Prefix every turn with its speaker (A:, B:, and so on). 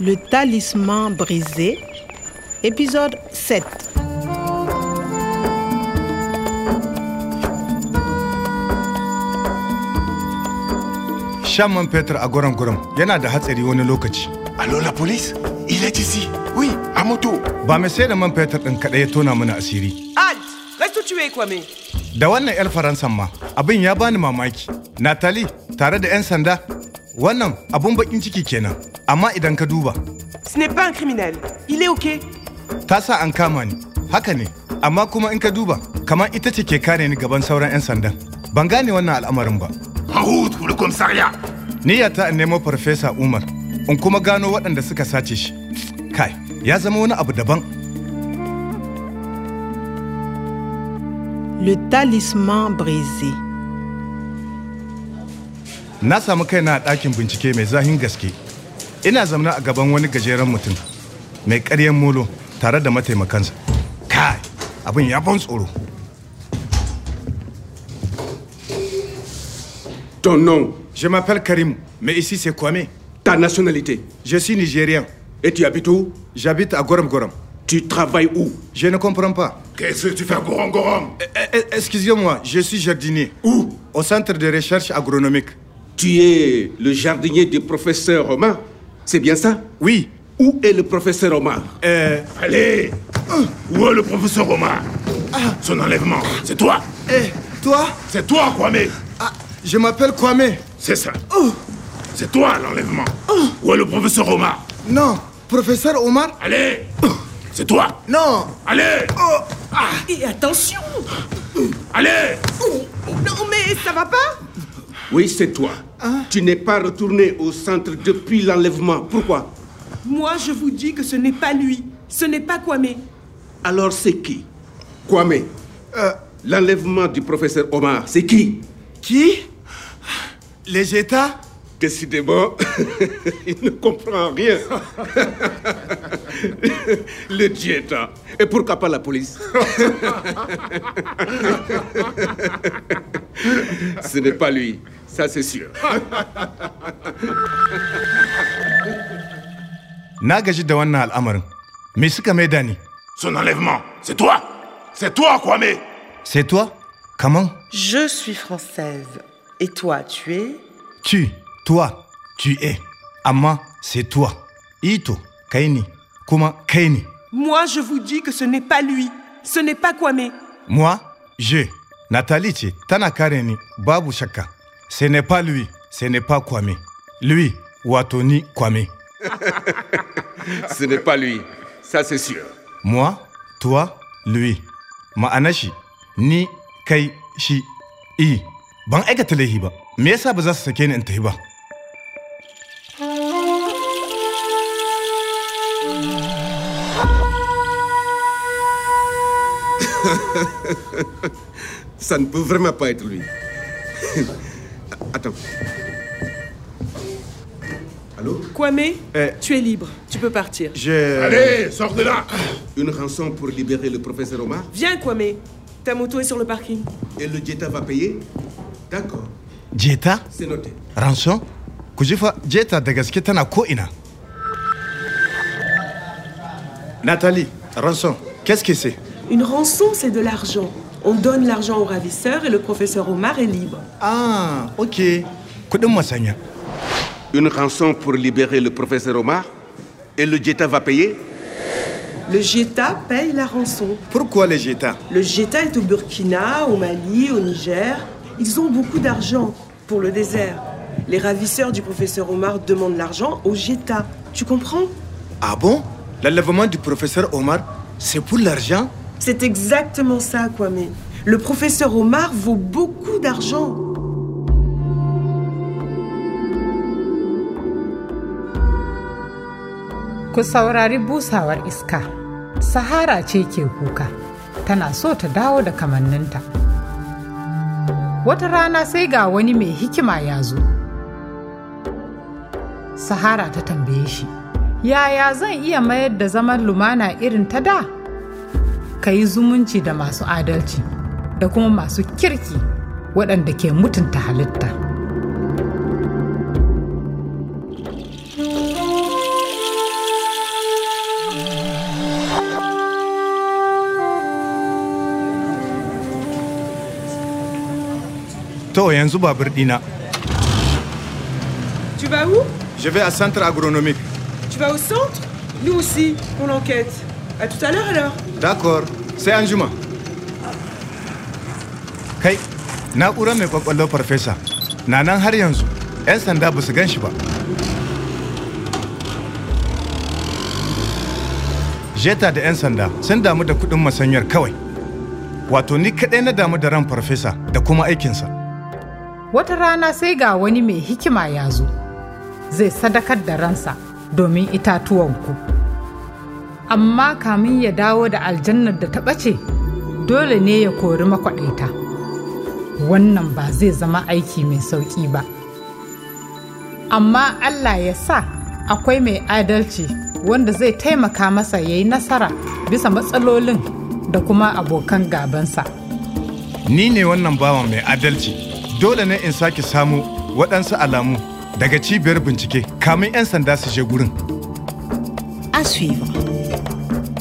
A: Le talisman brisé, épisode 7.
B: Shan man fetur a gwaram-gwaram yana da hatsari wani lokaci.
C: Allô la police Il est ici Oui, à moto
B: Ba mai sai da man fetur ɗin kaɗai ya tona mana asiri.
D: Halt Reste où tu es, Kwame.
B: Da wannan 'yar Faransan ma, abin ya bani mamaki. Nathalie, tare da 'yan sanda, wannan abun bakin ciki kenan. Amma idan ka duba,
D: Ce n'est pas un criminel. Il est OK.
B: ta sa an kama ni. Haka ne, amma kuma in ka duba, kamar ita ce ke kare ni gaban sauran 'yan sandan. Ban gane wannan al'amarin ba.
C: En route pour le commissariat
B: Niyyata in nemo Farfesa Umar, in kuma gano waɗanda suka sace shi. Kai, ya zama wani abu daban.
A: Le talisman brisé.
B: Na samu kaina a ɗakin bincike mai zahin gaske. Ina zaune a gaban wani gajeren mutum mai ƙaryen molo tare da mataimakansa. Kai, abin ya ban tsoro.
E: Ton nom,
B: Je m'appelle Karim, mais ici c'est Kwame.
E: ta nationalité.
B: Je suis nigérien.
E: Et tu habites où
B: J'habite à Gorom Gorom.
E: Tu travailles où
B: Je ne comprends pas.
C: Qu'est-ce que tu fais, Gorongorom
B: Eh, eh, Excusez-moi, je suis jardinier.
E: Où
B: Au centre de recherche agronomique.
E: Tu es le jardinier du professeur Omar. C'est bien ça
B: Oui.
E: Où est le professeur Omar
B: euh,
C: Allez
D: Euh.
C: Où est le professeur Romain
D: Ah.
C: Son enlèvement, c'est toi
B: eh, toi
C: C'est toi, Kwame
B: Ah, Je m'appelle Kwame.
C: C'est ça
D: Euh.
C: C'est toi, l'enlèvement Où est le professeur Romain
B: Non, professeur Omar
C: Allez
D: Euh.
C: C'est toi
B: Non.
C: Allez Ah.
D: Et attention
C: Allez
D: Non, mais ça va pas
E: Oui, c'est toi. Tu n'es pas retourné au centre depuis l'enlèvement. Pourquoi
D: Moi, je vous dis que ce n'est pas lui. Ce n'est pas Kwame.
E: Alors c'est qui Kwame. L'enlèvement du professeur Omar, c'est qui
B: Qui Les États
E: Décidément, il ne comprend rien. le diéta. Et pourquoi pas la police Ce n'est pas lui, ça c'est sûr.
B: Na gaji da wannan al'amarin. Me suka maida ni?
C: Son enlèvement, c'est toi C'est toi,
D: Euh.
C: Kwame
B: C'est toi Comment
F: Je suis française. Et toi, tu es
B: Tu, toi, tu es. Amma, c'est toi. Ito, Kaini. Kuma, Kaini.
D: Moi, je vous dis que ce n'est pas lui. Ce n'est pas Kwame.
B: Moi, je. Nathalie ce, tana kare ni, babu shakka. Ce n'est pas lui, ce n'est pas Kwame. Lui, wato ni Kwame.
E: Ce n'est pas lui, ça c'est sûr.
B: Moi, toi, lui. Ma'ana shi, ni, kai, shi, i. Ban aikata laihi ba. Me yasa ba za su sake ni in tafi ba?
E: Ça ne peut vraiment pas être lui. Attends. Allô
D: Kwame,
B: Eh.
D: tu es libre. Tu peux partir.
B: Je...
C: Allez, sors de là
E: Une rançon pour libérer le professeur Omar
D: Viens, Kwame. Ta moto est sur le parking.
E: et le diéta va payer D'accord,
B: Jeta,
E: c'est noté.
B: ranson, ku ji fa Jeta da gaske tana ko'ina. Nathalie, ranson, qu'est-ce que c'est?
D: Une rançon, c'est de l'argent. On donne l'argent au ravisseur et le professeur Omar est libre.
B: Ah, ok. Kuɗin masanya.
E: Une rançon pour libérer le professeur Omar et le diéta va payer
D: Le Jeta paye la rançon.
B: Pourquoi les Jeta?
D: Le Jeta est au Burkina, au Mali, au Niger. Ils ont beaucoup d'argent pour le désert. Les ravisseurs du professeur Omar demandent l'argent au Jeta. Tu comprends
B: Ah bon? L'enlèvement du professeur Omar, c'est pour l'argent?
D: C'est exactement ça, Kwame. Le professeur Omar vaut beaucoup d'argent.
G: Ku saurari busawar iska. Sahara ce ke kuka, tana so ta dawo da kamanninta. Wata rana sai ga wani mai hikima ya zo. Sahara ta tambaye shi, yaya zan iya mayar da zaman lumana irin ta da? Ka yi zumunci da masu adalci, da kuma masu kirki waɗanda ke mutunta halitta.
B: to yanzu babur dina
D: Tu vas où
B: je vais à centre agronomique
D: Tu vas au centre Nous aussi, on l'enquête. À tout à l'heure alors.
B: d'accord sai an jima kai na'ura mai kwakwallo farfesa na nan har yanzu 'yan sanda ba su gan shi ba jeta da 'yan sanda sun damu da kudin masanyar kawai wato ni kaɗai na damu da ran farfesa da kuma aikinsa
G: Wata rana sai ga wani mai hikima ya zo, zai sadakar da ransa domin itatuwanku. Amma kamin ya dawo da aljannar da ta ɓace, dole ne ya kori makwaɗaita. Wannan ba zai zama aiki mai sauƙi ba. Amma Allah ya sa akwai mai adalci wanda zai taimaka masa ya yi nasara bisa matsalolin da kuma abokan gabansa.
B: ni ne wannan bawan mai adalci dole ne in sake samu waɗansu alamu daga cibiyar bincike kamin 'yan sanda su je gurin
A: À suivre.